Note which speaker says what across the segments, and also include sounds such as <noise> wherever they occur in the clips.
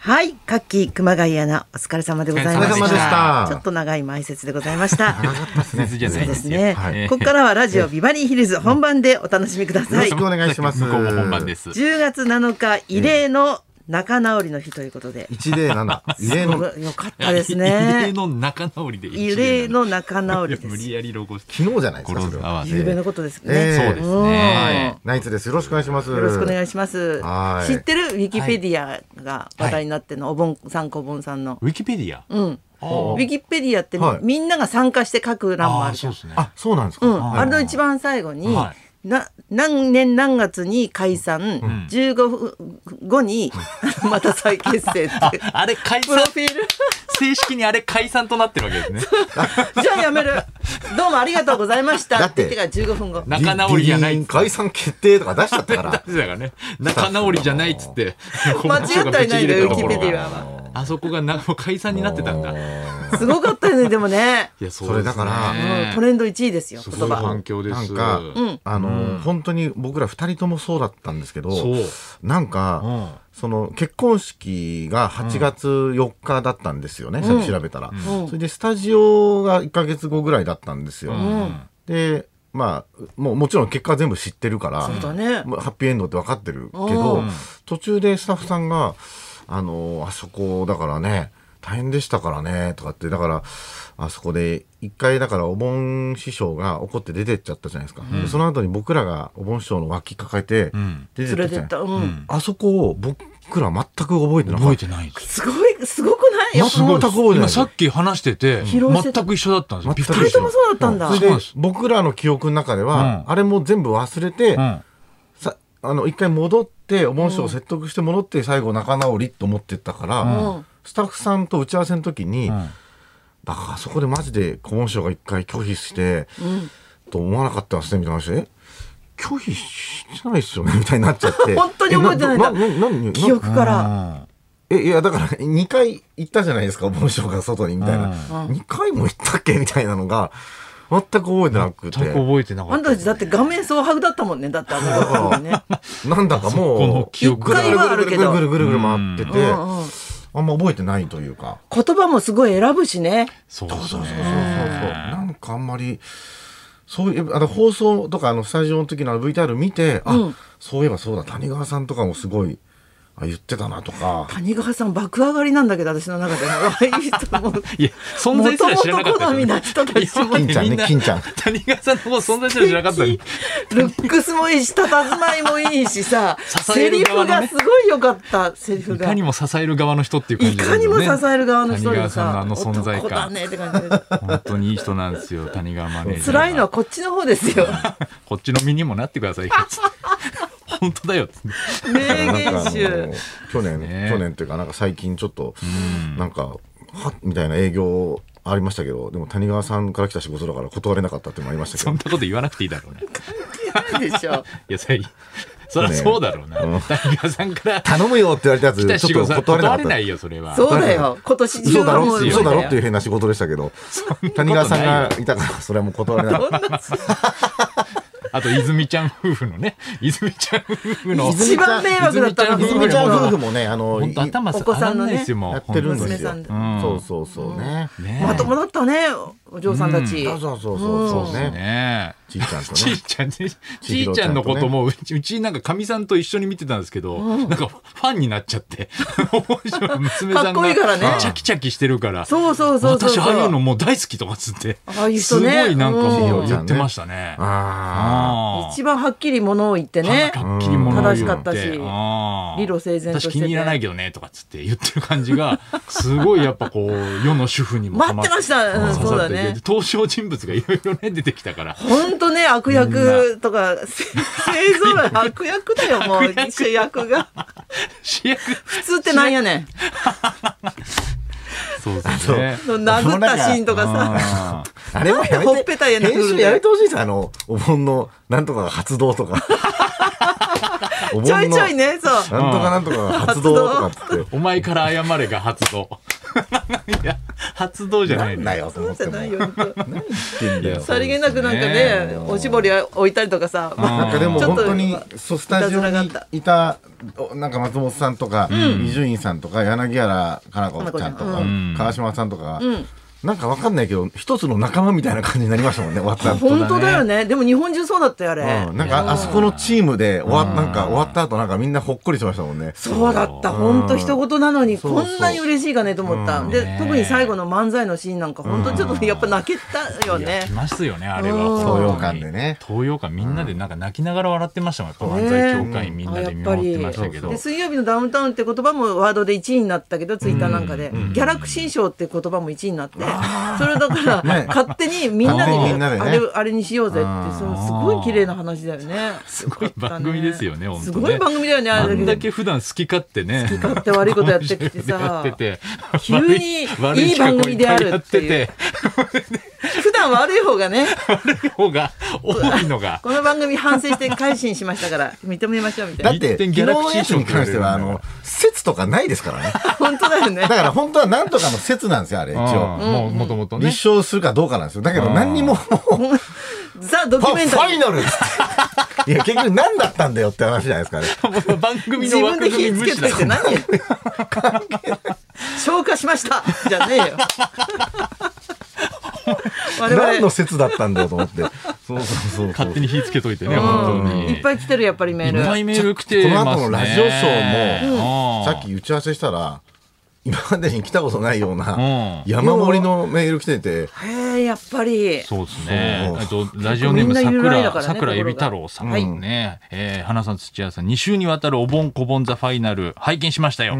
Speaker 1: はい、カッキー熊谷アナ、お疲れ様でございました。
Speaker 2: お疲れ様でした
Speaker 1: ちょっと長い前説でございました。
Speaker 2: じゃ
Speaker 1: そ
Speaker 2: な
Speaker 1: う
Speaker 2: い
Speaker 1: で
Speaker 2: んですすよ
Speaker 1: ね。
Speaker 2: はい
Speaker 1: ここからはラジオビバリーヒルズ本番でお楽しみください。
Speaker 2: よ
Speaker 1: 10
Speaker 2: ろくお願いします
Speaker 3: 向こうも本番です。
Speaker 1: 月7日、異例の仲直りの日ということ
Speaker 3: <laughs>
Speaker 1: で。
Speaker 2: 一零七異例の
Speaker 1: よかったです
Speaker 3: 異例
Speaker 1: ね。
Speaker 3: の仲直りで一
Speaker 1: 異
Speaker 3: 年
Speaker 1: 例の仲直り
Speaker 3: いや
Speaker 1: で
Speaker 3: 無
Speaker 1: す
Speaker 3: 理。やりロゴ。
Speaker 2: 昨日じゃないで
Speaker 3: 語
Speaker 2: すか。それ
Speaker 3: 呂合
Speaker 2: は
Speaker 3: わせ。
Speaker 1: ゆうべのことですね。
Speaker 2: ええそうです
Speaker 3: ね
Speaker 1: うん
Speaker 2: ナイツです。よろしくお願いします。
Speaker 1: よろしくお
Speaker 2: い。
Speaker 1: 願いします。
Speaker 2: はい
Speaker 1: 知ってるウィキペディアが話題になってるの、お盆さんこお盆さんの。
Speaker 3: ウィキペディア。
Speaker 1: うん。ウィキペディアってみ
Speaker 2: はい
Speaker 1: みんなが参加して書く欄もあ
Speaker 3: ー
Speaker 1: るじゃん。
Speaker 3: すね
Speaker 2: あ、そうなんですか。
Speaker 1: うん、
Speaker 2: はい
Speaker 1: あれの一番最後に、
Speaker 3: は
Speaker 1: な何年何月に解散、15分後に <laughs> また再結成って
Speaker 3: ああれ解
Speaker 1: プロ
Speaker 3: 散
Speaker 1: フィール
Speaker 3: 正式にあれ解散となってるわけですね。
Speaker 1: じゃあやめるどうもありがとうございました
Speaker 2: だ
Speaker 1: っ
Speaker 2: ってて
Speaker 1: 言ってから15分後
Speaker 3: な仲直りじゃない
Speaker 2: ディディーン解散決定とか出しちゃったから
Speaker 3: だ。からね仲直りじゃないっつって
Speaker 1: 間違ったりないのよウ
Speaker 3: こ
Speaker 1: ィ
Speaker 3: こ
Speaker 1: キペ
Speaker 3: の人がぶち切れたところ
Speaker 1: ディ
Speaker 3: が
Speaker 1: アは
Speaker 3: あそこがなもう解散になってたんだ。い
Speaker 1: すごかったよねでもね、
Speaker 3: や
Speaker 2: それだから
Speaker 1: うんトレンド1位ですよ
Speaker 3: す
Speaker 1: 言
Speaker 3: ごい
Speaker 1: 葉
Speaker 3: <laughs> 反響で
Speaker 2: なん
Speaker 3: す。
Speaker 2: か、
Speaker 1: ん
Speaker 2: あの、本当に僕ら二人ともそうだったんですけど、
Speaker 3: そう
Speaker 2: なんか、
Speaker 3: うん
Speaker 2: その結婚式が8月4日だったんですよね、さっき調べたら、それでスタジオが1か月後ぐらいだったんですよ、でまあもうもちろん結果は全部知ってるから
Speaker 1: そうだね
Speaker 2: もうハッピーエンドって分かって
Speaker 1: う
Speaker 2: るけど
Speaker 1: ん
Speaker 2: 途中でスタッフさんが「あのあそこだからね大変でしたからね」とかってだからあそこで一回だからお盆師匠が怒って出てっちゃったじゃないですか、でその後に僕らがお盆師匠の脇抱えて
Speaker 3: ん
Speaker 2: 出て
Speaker 1: 連
Speaker 2: った
Speaker 1: れ
Speaker 2: じ
Speaker 1: て
Speaker 2: ゃない、
Speaker 1: った、うん
Speaker 2: あそこを僕ら全く覚えてなか
Speaker 4: 覚
Speaker 2: っ
Speaker 4: えて
Speaker 2: た
Speaker 4: ないです。
Speaker 1: すごいすごくない
Speaker 2: 全く覚えてな
Speaker 4: 今
Speaker 2: い
Speaker 4: さっき話してて、
Speaker 1: 疲労してた
Speaker 4: 全く一緒だったんですよ。びっく
Speaker 1: 二
Speaker 4: り
Speaker 1: 人
Speaker 4: した
Speaker 1: と。もそうだったんだ、
Speaker 2: それ
Speaker 4: そう
Speaker 2: で
Speaker 4: なんです
Speaker 2: 僕らの記憶の中では、
Speaker 4: うん
Speaker 2: あれも全部忘れて、
Speaker 4: うん
Speaker 2: さあの一回戻ってお盆師匠を説得して戻って最後仲直りと思ってたから、
Speaker 1: うん
Speaker 2: スタッフさんと打ち合わせの時に、
Speaker 4: ん
Speaker 2: だからあそこでマジで顧問師匠が一回拒否して、と思わなかったんですねみたいな話で。え拒否してないっすよねみたいになっちゃって。
Speaker 1: 本当に覚えてないんだ
Speaker 2: えなななな
Speaker 1: 記憶から、
Speaker 2: え、いや、だから、2回行ったじゃないですか、お盆師匠が外に、みたいな。2回も行ったっけみたいなのが、全く覚えてなくて。
Speaker 4: 全く覚えてなか
Speaker 1: あ
Speaker 4: っ
Speaker 1: ん
Speaker 4: た。
Speaker 1: たたちだって画面蒼白だったもんねだってあの頃はね
Speaker 2: なんだか
Speaker 4: そこ
Speaker 2: もう
Speaker 4: の、記憶
Speaker 1: が一回はあるけど
Speaker 2: ぐるぐるぐるぐる回って
Speaker 1: う
Speaker 2: て、
Speaker 1: んうん
Speaker 2: あんま覚えてないというか。
Speaker 1: 言葉もすごい選ぶしね
Speaker 3: そう
Speaker 2: そうそうそうそうそう。なんかあんまり、そういう、あの放送とかあのスタジオの時のあの VTR 見て、あ、そういえばそうだ、谷川さんとかもすごい、あ、言ってたなとか。
Speaker 1: 谷川さん爆上がりなんだけど私の中ではいい人も
Speaker 3: いや存在すら知らなかった
Speaker 1: 元々好みな人たちも
Speaker 3: 今まで
Speaker 2: 金ちゃん
Speaker 3: み
Speaker 2: ね、
Speaker 3: な
Speaker 2: 金ちゃん。
Speaker 3: 谷川さんの方存在すら知らなかったのに
Speaker 1: ルックスもいいし佇まいもいいしさ、
Speaker 3: 支え
Speaker 1: セリ
Speaker 3: る
Speaker 1: フ
Speaker 3: 側の
Speaker 1: が
Speaker 3: ね
Speaker 1: すごい良かったセリフ
Speaker 3: い
Speaker 1: が
Speaker 3: かにも支える側の人っていう感
Speaker 1: い
Speaker 3: じです
Speaker 1: か
Speaker 3: よ
Speaker 1: に
Speaker 3: ね
Speaker 1: も支える側の人
Speaker 3: 谷
Speaker 1: で
Speaker 3: 川さんの
Speaker 1: さ
Speaker 3: あの存在
Speaker 1: 男だ
Speaker 3: 感
Speaker 1: ねって感じで
Speaker 3: 本当にいい人なんですよ谷川マネージャーが
Speaker 1: 辛いのはこっちの方ですよ
Speaker 3: こっちの身にもなってください
Speaker 1: <laughs>
Speaker 3: 本当だよ
Speaker 1: 名言
Speaker 2: なん
Speaker 1: 集
Speaker 2: かあの去年、
Speaker 3: ね
Speaker 2: 去年というかなんか最近ちょっと、なんかはっみたいな営業ありましたけどでも谷川さんから来た仕事だから断れなかったっていうのもありましたけ
Speaker 3: そんな
Speaker 2: ど
Speaker 3: こと言わなくていいだろうね
Speaker 1: でしょ
Speaker 3: いやそりゃそりゃそうだろうな、谷川さんから
Speaker 2: 頼むよって言われたや
Speaker 3: 来た
Speaker 2: つ
Speaker 3: 仕
Speaker 2: ちょっ
Speaker 3: 事
Speaker 2: と
Speaker 3: は
Speaker 2: 断れな
Speaker 3: 断
Speaker 2: かっ
Speaker 3: れ
Speaker 2: た
Speaker 3: ないよそれは
Speaker 1: そうだよ今年中
Speaker 2: 嘘だ
Speaker 1: はも
Speaker 2: ろ
Speaker 1: う
Speaker 2: 嘘だろっていう
Speaker 1: う
Speaker 2: 変な仕事でしたけど谷川さんがいたからそれはもう断れなかっ
Speaker 3: あと泉ちゃん夫婦のね <laughs> 泉ちゃん夫婦の
Speaker 1: 一番迷惑だった
Speaker 2: た
Speaker 1: の
Speaker 3: 泉
Speaker 2: 泉ちゃん夫婦もねあの
Speaker 3: 本当
Speaker 2: い
Speaker 3: 頭
Speaker 1: お子さんのね
Speaker 3: 上がないですよもう
Speaker 2: やってるんです
Speaker 1: 娘さ
Speaker 2: よ
Speaker 1: んで
Speaker 3: うん
Speaker 2: そうそうそうね
Speaker 3: ねえ
Speaker 1: まともだったねお嬢さんたち
Speaker 2: そうそうそうそうそうね
Speaker 3: ねえ
Speaker 2: ちいちゃんと
Speaker 3: ちい
Speaker 2: ね
Speaker 3: ちゃんね、ち
Speaker 2: ち
Speaker 3: い
Speaker 2: い
Speaker 3: ち
Speaker 2: ち
Speaker 3: ゃ
Speaker 2: ゃ
Speaker 3: ん
Speaker 2: んとね
Speaker 3: のことも、うちうちなんかかみさんと一緒に見てたんですけど、なんかファンになっちゃ
Speaker 1: <laughs>
Speaker 3: って、おもしろい娘さん
Speaker 1: か
Speaker 3: が
Speaker 1: っこいいからね
Speaker 3: チャキチャキしてるから、
Speaker 1: そうそうそうそう
Speaker 3: 私ああいうのもう大好きとかっつって、
Speaker 1: ああいう人ね
Speaker 3: すごいなんか
Speaker 1: う
Speaker 3: もうん言ってましたね。
Speaker 2: あ
Speaker 3: あ
Speaker 1: 一番はっきりものを言って
Speaker 3: あ。ね
Speaker 1: ね、
Speaker 3: はっきりものを言
Speaker 1: 正しかったし
Speaker 3: ああ
Speaker 1: 理路整然として
Speaker 3: 私
Speaker 1: ね
Speaker 3: 気に入らないけどねとかっつって言ってる感
Speaker 1: <laughs>
Speaker 3: じが、すごいやっぱこう、世の主婦にもハマ
Speaker 1: 待ってましたうん
Speaker 3: 刺さって
Speaker 1: そうだね
Speaker 3: で登場人物がいろいろね、出てきたから。
Speaker 1: 本当ね、悪役とか、せ勢ぞろい <laughs> 悪役だよ、もう、主役が。
Speaker 3: 主役。
Speaker 1: 普通ってなんやねん。
Speaker 3: そうで
Speaker 1: <laughs>
Speaker 3: すね。
Speaker 1: 殴ったシーンとかさ。
Speaker 3: あー
Speaker 2: あれはやめて。
Speaker 1: ほっぺたやな
Speaker 2: 編集やめてほしいです。あの、お盆のなんとかが発動と
Speaker 1: <laughs>
Speaker 2: か。お盆の
Speaker 1: ちょいちょい。ね、そう。
Speaker 2: なんとかなんとかが発動とかっつって。
Speaker 3: <laughs> お前から謝れが発動。いや発動じゃ
Speaker 2: な
Speaker 3: ない
Speaker 2: ん
Speaker 3: の
Speaker 2: だよと
Speaker 1: そ
Speaker 2: 思
Speaker 1: う
Speaker 2: っ
Speaker 1: じ
Speaker 2: て
Speaker 1: ゃ
Speaker 2: も
Speaker 1: ないよ。
Speaker 2: 何言ってんだよ
Speaker 3: いや
Speaker 1: さりげなくなんか
Speaker 3: そうで
Speaker 1: ね
Speaker 3: すね
Speaker 1: おしぼり置いたりとかさ、まあ
Speaker 2: なんかでも
Speaker 1: ちょっ
Speaker 2: 本
Speaker 1: と
Speaker 2: 当にそうスタジオ
Speaker 1: いたずら
Speaker 2: に
Speaker 1: があった
Speaker 2: いたおなんか松本さんとか伊集院さんとか柳原加奈子ちゃんとか
Speaker 1: うん
Speaker 2: 川島さんとか
Speaker 1: ん
Speaker 2: なんかわかんないけど一つの仲間みたいな感じになりましたもんね終わった後
Speaker 1: 本当だよねでも日本中そうだったよあれ、
Speaker 2: うんなんかあそこのチームで終わなんか終わった後なんかみんなほっこりしましたもんね
Speaker 1: そうだった本当一言なのに
Speaker 2: そうそ
Speaker 1: こ
Speaker 2: うん
Speaker 1: なに嬉しいかねと思ったで特に最後の漫才のシーンなんか本当ちょっとやっぱ泣けたよね
Speaker 3: 来ますよねあれ
Speaker 1: うん
Speaker 3: は
Speaker 2: 東洋館でね
Speaker 3: 東洋館みんなでなんか泣きながら笑ってましたもんやっぱ漫才協会みんなで見守ってましたけど、
Speaker 1: で水曜日のダウンタウンって言葉もワードで1位になったけどツイッターなんかで、ギャラクシー賞って言葉も1位になってそれだから、
Speaker 2: ね
Speaker 1: 勝手にみんなで
Speaker 2: 勝手にみんなでね
Speaker 1: あれあれにしようぜって
Speaker 2: あー
Speaker 1: そのすごい綺麗な話だよねす
Speaker 3: ごい番組ですよね本当ね
Speaker 1: すごい番組だよねあ
Speaker 3: あ
Speaker 1: れ
Speaker 3: ん
Speaker 1: だ
Speaker 3: だ
Speaker 1: け
Speaker 3: け普段好き勝手ね
Speaker 1: 勝手悪いことやってきて
Speaker 3: や
Speaker 1: さ
Speaker 3: ってて
Speaker 1: 急に
Speaker 3: 悪い
Speaker 1: いい番組であるっていう
Speaker 3: やって
Speaker 1: <laughs> 普段悪い方がね
Speaker 3: て方が多いのが
Speaker 1: この番組反省して改心しましたから認めましょうみた
Speaker 2: だ
Speaker 1: い
Speaker 2: っ
Speaker 1: な
Speaker 2: て
Speaker 3: 一点
Speaker 2: 昨
Speaker 3: ギ
Speaker 2: 日
Speaker 3: ャラクシー
Speaker 2: のやつに関してはあ
Speaker 3: ショック
Speaker 2: の説とかないですからね
Speaker 1: 本当だよね
Speaker 2: だから本当はなんとかの説なんですよあれ一応
Speaker 3: もうもともとね
Speaker 2: 立証するかどうかなんですよだけど何にも
Speaker 1: ザ・ド
Speaker 2: フ
Speaker 1: キュ
Speaker 2: ァ
Speaker 1: メン
Speaker 2: フ
Speaker 1: タ
Speaker 2: ァ
Speaker 1: リ
Speaker 2: イ
Speaker 1: ー
Speaker 2: ナルっ <laughs> つっていや結局何だったんだよって話じゃないですかね
Speaker 3: もう番組
Speaker 1: 自
Speaker 3: の
Speaker 1: 分
Speaker 3: 枠
Speaker 1: で
Speaker 3: 組
Speaker 1: 火
Speaker 3: み
Speaker 1: つ
Speaker 3: 無
Speaker 1: けと
Speaker 3: 視だ
Speaker 1: いて何よ消化しましたじゃねえよ我々
Speaker 2: 何の説だったんだよと思ってそうそうそうそう
Speaker 3: 勝手に火つけといてね
Speaker 1: うん
Speaker 3: 本当に
Speaker 1: いっぱい来てるやっぱりメー
Speaker 3: いっぱ
Speaker 1: ル
Speaker 3: いメール来て
Speaker 2: この
Speaker 3: ますね
Speaker 2: 後のラジオショー
Speaker 3: う
Speaker 2: も
Speaker 3: ん
Speaker 2: さっき打ち合わせしたら今までに来たことないような
Speaker 3: うん
Speaker 2: 山盛りのメール来てて
Speaker 1: へえやっぱり
Speaker 3: そうですね。
Speaker 2: そう
Speaker 3: あとラジオネーム
Speaker 1: 結構みんな由来だから
Speaker 3: 桜
Speaker 1: ね
Speaker 3: 桜
Speaker 1: ところ
Speaker 3: エ
Speaker 1: が
Speaker 3: ビ太郎さん
Speaker 1: はい
Speaker 3: ね、えー花さん土屋さん2週にわたるお盆こぼんザファイナル拝見しましたよ。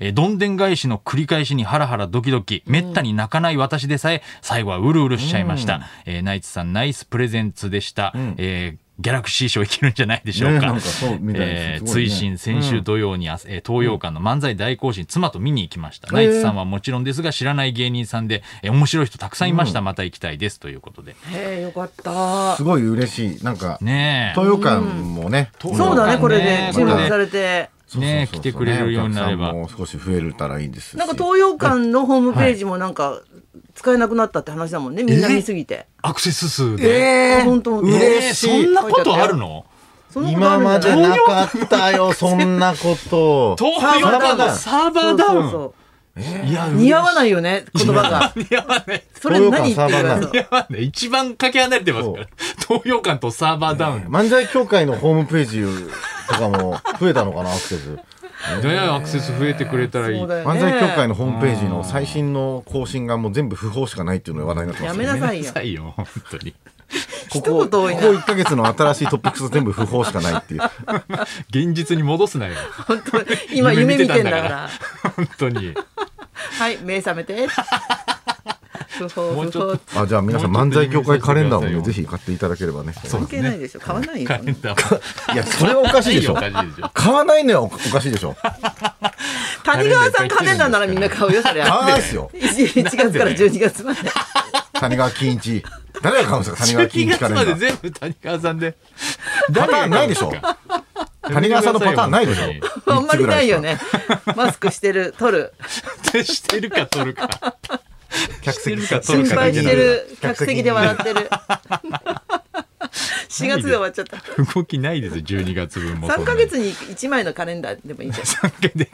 Speaker 3: えーどんでん返しの繰り返しにハラハラドキドキ、めったに泣かない私でさえ最後はうるうるしちゃいました。えーナイツさんナイスプレゼンツでした。えーギャラクシー賞いけるんじゃないでしょう
Speaker 2: ね
Speaker 3: か。
Speaker 2: なんかそうみたいで
Speaker 3: えー
Speaker 2: すすごいね
Speaker 3: 追伸先週土曜にあ、えー東洋館の漫才大行進、妻と見に行きました。ナイツさんはもちろんですが、知らない芸人さんで、えー面白い人たくさんいました。また行きたいです。ということで。
Speaker 1: へえよかった
Speaker 2: すごい嬉しいなんか
Speaker 3: ねえ。
Speaker 2: 東洋館もね
Speaker 1: そうだねこれで
Speaker 3: ね
Speaker 1: 注目されて
Speaker 2: そうそうそうそう
Speaker 3: ね来てくれるようになれば
Speaker 2: お客さんも少し増えたらいいですし
Speaker 1: なんか東洋館のホームページもなんか使えなくなったって話だもんねみんな見すぎて
Speaker 3: アクセス数で。
Speaker 2: え
Speaker 1: あ本当本当
Speaker 2: 嬉
Speaker 3: そ
Speaker 2: しい
Speaker 3: んなことあるの
Speaker 1: そんなことあ
Speaker 2: 今
Speaker 1: るん
Speaker 2: ま
Speaker 1: じゃ
Speaker 2: で
Speaker 1: ない
Speaker 2: なかったよ、そんなこと。
Speaker 3: 東洋館のサーバーダ
Speaker 1: そう
Speaker 3: ウ
Speaker 1: そう
Speaker 3: ン。
Speaker 1: そ
Speaker 3: いや、
Speaker 1: う似合わないよね言葉が
Speaker 3: いやまあね
Speaker 1: それ何って言
Speaker 2: 東洋館サーバ
Speaker 1: わ
Speaker 2: ー
Speaker 1: れ
Speaker 2: な
Speaker 1: た
Speaker 3: いやまあね一番かけ離れてますから。東洋館とサーバーダウン。
Speaker 2: 漫才協会のホームページとかも増えたのかな、アクセス。
Speaker 3: ねアクセス増えてくれたらいい。
Speaker 1: そうだよね
Speaker 2: 漫才協会のホームページの最新の更新がもう全部不法しかないっていうのが話題になってま
Speaker 1: や
Speaker 2: す
Speaker 1: め
Speaker 2: よ。
Speaker 1: なさ
Speaker 3: ごめ
Speaker 1: い
Speaker 3: ん
Speaker 1: よ
Speaker 3: いよ、本当に。
Speaker 2: こ
Speaker 1: 一
Speaker 2: こ、こ
Speaker 1: 言
Speaker 2: こ
Speaker 1: 多いな
Speaker 2: 1ヶ月の新しいトピックス全部不法しかないっていう。
Speaker 3: 現実に戻すなよ。
Speaker 1: 本当に今夢見てんだから
Speaker 3: 本当に。
Speaker 1: はい目覚めて不法
Speaker 3: もう
Speaker 1: 不
Speaker 3: ちょ
Speaker 1: 法
Speaker 3: っ
Speaker 2: あ、じゃあ皆さん
Speaker 3: もうちょっ
Speaker 2: 漫
Speaker 3: と
Speaker 2: 才協会カレンダーも
Speaker 3: 見
Speaker 2: ね、
Speaker 1: <laughs>
Speaker 3: せてくださいよ
Speaker 2: ぜひ買っていただければね。
Speaker 1: 関係ないでしょ買わないよ
Speaker 3: カレンダー。
Speaker 2: いや、それはおかしいでしょ
Speaker 3: お。かしいでしょ。
Speaker 2: 買わないのはおかしいでしょ。
Speaker 1: 谷川さんカレンダーならみんな買うよそり
Speaker 2: 買 <laughs>
Speaker 1: ゃ
Speaker 2: わないですよ。
Speaker 1: 1月から12月まで
Speaker 2: 谷川金一。誰が買うんですか谷川金
Speaker 3: 12
Speaker 2: 一カ
Speaker 3: 月
Speaker 2: レン
Speaker 3: ま
Speaker 2: ダ
Speaker 3: で
Speaker 2: ー。
Speaker 3: 全部谷川さんで。
Speaker 2: パターンないでしょ。谷川さんのパターンないでしょ
Speaker 1: <laughs>
Speaker 3: 本。
Speaker 1: あんまりないよねマスクしてる取る
Speaker 3: してるか取るか。
Speaker 2: 客席
Speaker 3: してるか
Speaker 1: 心
Speaker 3: 取るか
Speaker 1: 配
Speaker 3: だけ
Speaker 1: し
Speaker 3: な
Speaker 1: て
Speaker 3: んだ
Speaker 1: る客席で笑ってる4月で終わっちゃった
Speaker 3: 動きないですよ、12月分も。
Speaker 1: 3か月に1枚のカレンダーでもいい
Speaker 3: <laughs>
Speaker 1: じゃん
Speaker 3: 三ヶ月で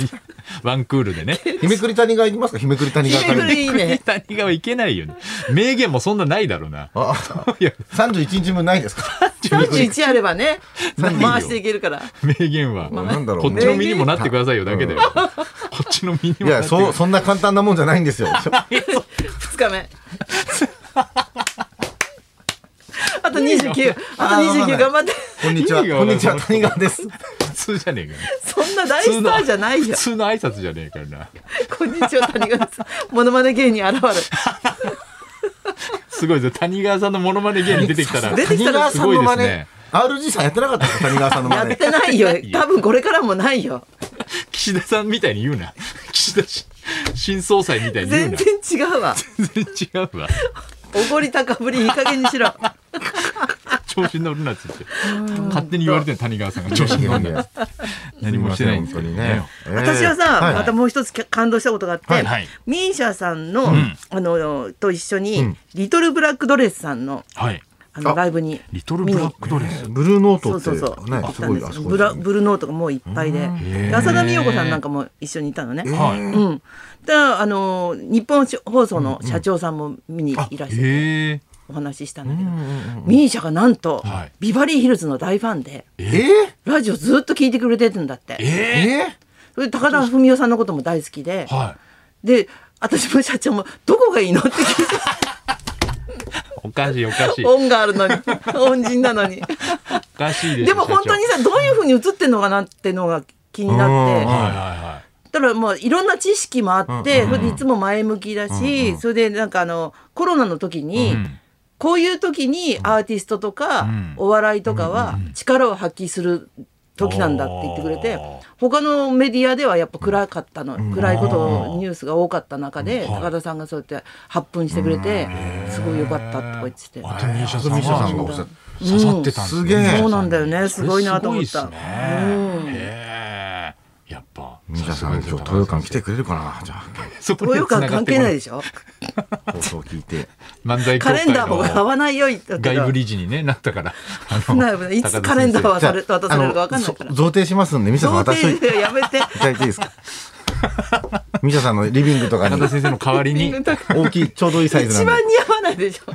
Speaker 3: ワンクールでね。
Speaker 1: <laughs>
Speaker 2: 日めくり谷川行きますか日めくり谷川カレ
Speaker 1: 日めく
Speaker 2: ンダー。
Speaker 1: りいいね
Speaker 3: 谷川いけないよね。名言もそんなないだろうな。
Speaker 2: あ、
Speaker 3: いや、
Speaker 2: 31日分な
Speaker 1: <laughs>
Speaker 2: いですか
Speaker 1: 31あればね
Speaker 3: ないよ
Speaker 1: 回していけるから
Speaker 3: 名言は。
Speaker 2: なんだろ
Speaker 3: こ
Speaker 2: う
Speaker 3: っちの
Speaker 2: ね。
Speaker 3: 身にもなってくださいよ、だけだよ。こっちの身に
Speaker 2: い
Speaker 3: もなっ
Speaker 2: や、
Speaker 3: てくださ
Speaker 2: そ、そんな簡単なもんじゃないん
Speaker 3: <laughs>
Speaker 2: ですよ。
Speaker 1: 2日目あと29あと29頑張って
Speaker 2: こんにちは。
Speaker 3: いいよ
Speaker 2: こんにちは、谷川です。
Speaker 3: 普通じゃねえかよ。
Speaker 1: そんな大スターじゃない
Speaker 3: 普
Speaker 1: よ
Speaker 3: 通の挨拶じゃねえからな。
Speaker 1: こんにちは谷川さんモノマネ芸人現る
Speaker 3: すごいですよ。谷川さんのモノマネ芸人出てきたら。
Speaker 1: 出てき
Speaker 2: 谷
Speaker 1: たら
Speaker 2: 川さんの
Speaker 3: すご
Speaker 2: 真
Speaker 3: いですね
Speaker 2: 似。RG さんやってなかったですか谷川さんの
Speaker 1: や
Speaker 2: 真
Speaker 1: っ
Speaker 2: 似。
Speaker 1: てないよ多分これからもないよ
Speaker 3: 岸田さんみたいに言うな。 <laughs> 岸田し新総裁みたいに言
Speaker 1: 全
Speaker 3: うな。
Speaker 1: 然違うわ
Speaker 3: 全然違うわ。
Speaker 1: おごり高ぶりいい加減にしろ
Speaker 3: 調子に乗るなっつって。勝手に言われてる谷川さんが調子に乗る
Speaker 1: <laughs>
Speaker 2: いやい
Speaker 3: なっ
Speaker 2: や
Speaker 3: つっ何もしてないんですけ
Speaker 2: 本
Speaker 3: ど
Speaker 2: 当に
Speaker 3: ね
Speaker 2: ね。。ええ
Speaker 1: 私はさ、
Speaker 2: はい
Speaker 1: またもう一つ感動したことがあって、
Speaker 2: はい
Speaker 3: はい
Speaker 1: ミーシャさんの、
Speaker 3: ん
Speaker 1: あのと一緒に、
Speaker 2: うん
Speaker 1: リトルブラックドレスさんの
Speaker 3: はい。
Speaker 1: あの
Speaker 2: あ
Speaker 1: ライブに
Speaker 3: リトルブラッ
Speaker 1: 見に
Speaker 3: クドレス。
Speaker 2: ブルーノート
Speaker 1: そう
Speaker 2: っ
Speaker 1: そうそう、
Speaker 2: てね
Speaker 1: 行っ
Speaker 2: す
Speaker 1: た
Speaker 2: ご
Speaker 1: ん
Speaker 2: い
Speaker 1: で
Speaker 2: あ
Speaker 1: す
Speaker 2: そこ
Speaker 1: ブ
Speaker 2: です
Speaker 1: ラ
Speaker 2: よね
Speaker 1: ブルーノートがもういっぱいで
Speaker 3: へー
Speaker 1: 浅田美代子さんなんかも一緒にいたのね。
Speaker 3: はい。
Speaker 1: うん、だからあの日本放送の社長さんも見にいらっしゃって
Speaker 3: へえ。
Speaker 1: お話ししたんだけど、ミーシャがなんと、
Speaker 3: はい
Speaker 1: ビバリーヒルズの大ファンで
Speaker 2: えー
Speaker 1: ラジオずっと聞いてくれてるんだって
Speaker 3: ええ。
Speaker 2: え
Speaker 1: それで高田文雄さんのことも大好きで、
Speaker 3: は
Speaker 1: で私も社長もどこがいいのって聞い
Speaker 3: い。おかしいおかしい。
Speaker 1: て
Speaker 3: お
Speaker 1: 恩があるのに恩人なのに。
Speaker 3: かしいです。
Speaker 1: でも本当に
Speaker 3: 社
Speaker 1: さどういうふうに映ってんのかなってのが気に
Speaker 2: うん
Speaker 1: な
Speaker 3: 長。
Speaker 1: って。
Speaker 3: はいはいはい。
Speaker 1: だからもういろんな知識もあって、それでいつも前向きだし、それでなんかあのコロナの時に、こういう時にアーティストとか、
Speaker 3: ん
Speaker 1: お笑いとかは力を発揮する時なんだって言ってくれて、
Speaker 3: おー
Speaker 1: 他のメディアではやっぱ暗かったの、暗いことニュースが多かった中で、
Speaker 3: はい
Speaker 1: 高田さんがそうやって発奮してくれて、すごい良かったとか言ってて。
Speaker 3: あとミーシャ
Speaker 2: あ
Speaker 3: さ
Speaker 2: と
Speaker 3: ん
Speaker 2: ミーシャ
Speaker 3: は
Speaker 2: さんがおっ
Speaker 3: 刺
Speaker 2: しゃって
Speaker 3: さってたんです
Speaker 2: げえ
Speaker 1: そうなんだよねすごいなと思っ
Speaker 3: そ
Speaker 1: た
Speaker 3: れすごいっすね。へえ。やっぱ。
Speaker 2: ミシャさん今日豊館来てくれるかなじゃ
Speaker 3: そこに
Speaker 1: 東洋館
Speaker 3: 繋がっ
Speaker 1: 関
Speaker 3: てこ
Speaker 1: 係ないでしょ
Speaker 2: あ放送聞いて
Speaker 3: 漫才協
Speaker 1: カ
Speaker 3: 会の
Speaker 1: レンダーも買わないよ言ったけ
Speaker 3: 外
Speaker 1: ど
Speaker 3: 部理事にねなったから。あの
Speaker 1: なるいつカレンダーはされ渡されるか分かんないか
Speaker 2: あ
Speaker 1: ら
Speaker 2: のそ贈呈しますんでミシャさん
Speaker 1: 贈
Speaker 2: 渡しといてい
Speaker 1: 呈やめて
Speaker 2: ただいていいですかミシャさんのリビングとか
Speaker 3: 高
Speaker 2: に
Speaker 3: 田先生の代わ
Speaker 1: <laughs>
Speaker 3: りに
Speaker 2: 大きいちょうどいいサイズ
Speaker 1: 一
Speaker 2: なん
Speaker 1: 番
Speaker 2: で
Speaker 1: 似合わないでしょ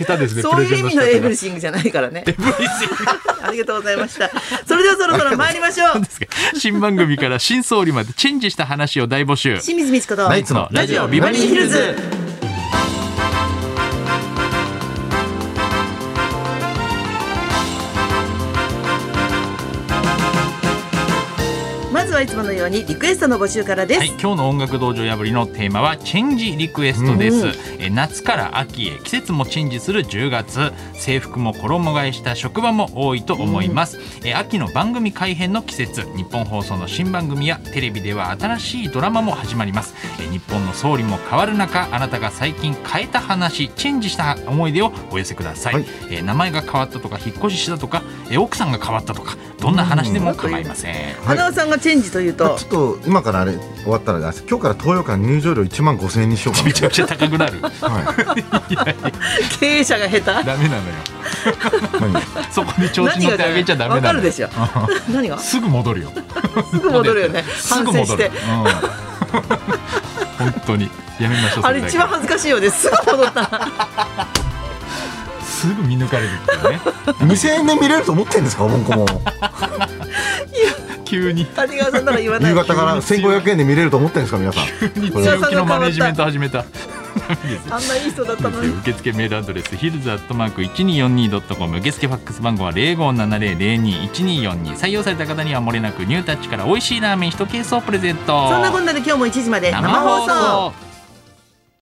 Speaker 3: 下手ですね。
Speaker 1: そういう意味の
Speaker 3: プレ
Speaker 1: エ
Speaker 3: ゼン
Speaker 1: ブ
Speaker 3: の
Speaker 1: リ
Speaker 3: 仕
Speaker 1: シングじゃないからね <laughs>
Speaker 3: 方がエブリシング
Speaker 1: ありがとうございましたそれではそろそろ参りま
Speaker 3: <laughs>
Speaker 1: しょう
Speaker 3: ですが新番組から新総理までチェンジした話を大募集。
Speaker 1: 清水美智子と
Speaker 2: ナイツの
Speaker 3: ラジオビバリーヒルズ。
Speaker 1: まずはいつものようにリクエストの募集からです、
Speaker 3: はい、今日の音楽道場破りのテーマはチェンジリクエストです、え夏から秋へ季節もチェンジする10月制服も衣替えした職場も多いと思います、え秋の番組改編の季節日本放送の新番組やテレビでは新しいドラマも始まりますえ日本の総理も変わる中あなたが最近変えた話チェンジした思い出をお寄せください、
Speaker 2: はい
Speaker 3: え名前が変わったとか引っ越ししたとかえ奥さんが変わったとかどんな話でも構いません、
Speaker 1: 花尾さんがチェンジというと
Speaker 2: ちょっと今からあれ終わったらあ今日から東洋館入場料1万5000円にしようか
Speaker 3: めちゃくちゃ高くなる
Speaker 2: なは
Speaker 1: 経営者が下手
Speaker 3: <laughs> ダメなのよ
Speaker 2: い、はい
Speaker 3: そこに <laughs> 調子乗ってあげちゃダメ
Speaker 1: わ
Speaker 3: な
Speaker 1: か
Speaker 3: の
Speaker 1: るでし
Speaker 3: <laughs>
Speaker 1: ょ <laughs> 何がす
Speaker 3: すぐ戻るよ
Speaker 1: ぐ戻るよね
Speaker 3: す
Speaker 1: 反
Speaker 3: ぐ
Speaker 1: 省
Speaker 3: 戻
Speaker 1: し
Speaker 3: る、う
Speaker 1: て
Speaker 3: ん、 <laughs> 本当にやめましょう
Speaker 1: あれ
Speaker 3: そだけ
Speaker 1: 一番恥ずかしいよねすぐ戻ったな
Speaker 3: すぐ見抜かれるっていうね
Speaker 2: 2000円で見れると思ってんですかおぼんこ <laughs> も
Speaker 1: <laughs>
Speaker 3: 急に
Speaker 1: 谷川さんなら言わない
Speaker 2: 夕方から1500円で見れると思ってんですか皆さんこれ
Speaker 1: 強
Speaker 3: 強気のマネジメント始めた
Speaker 1: あんないい人だったのに
Speaker 3: 受付メールアドレスヒルズアットマーク 1242.com 受付ファックス番号は0570021242採用された方にはもれなくニュータッチから美味しいラーメン1ケースをプレゼント
Speaker 1: そんなこんなで今日も1時まで生
Speaker 3: 生
Speaker 1: 放
Speaker 3: 放
Speaker 1: 送
Speaker 3: 送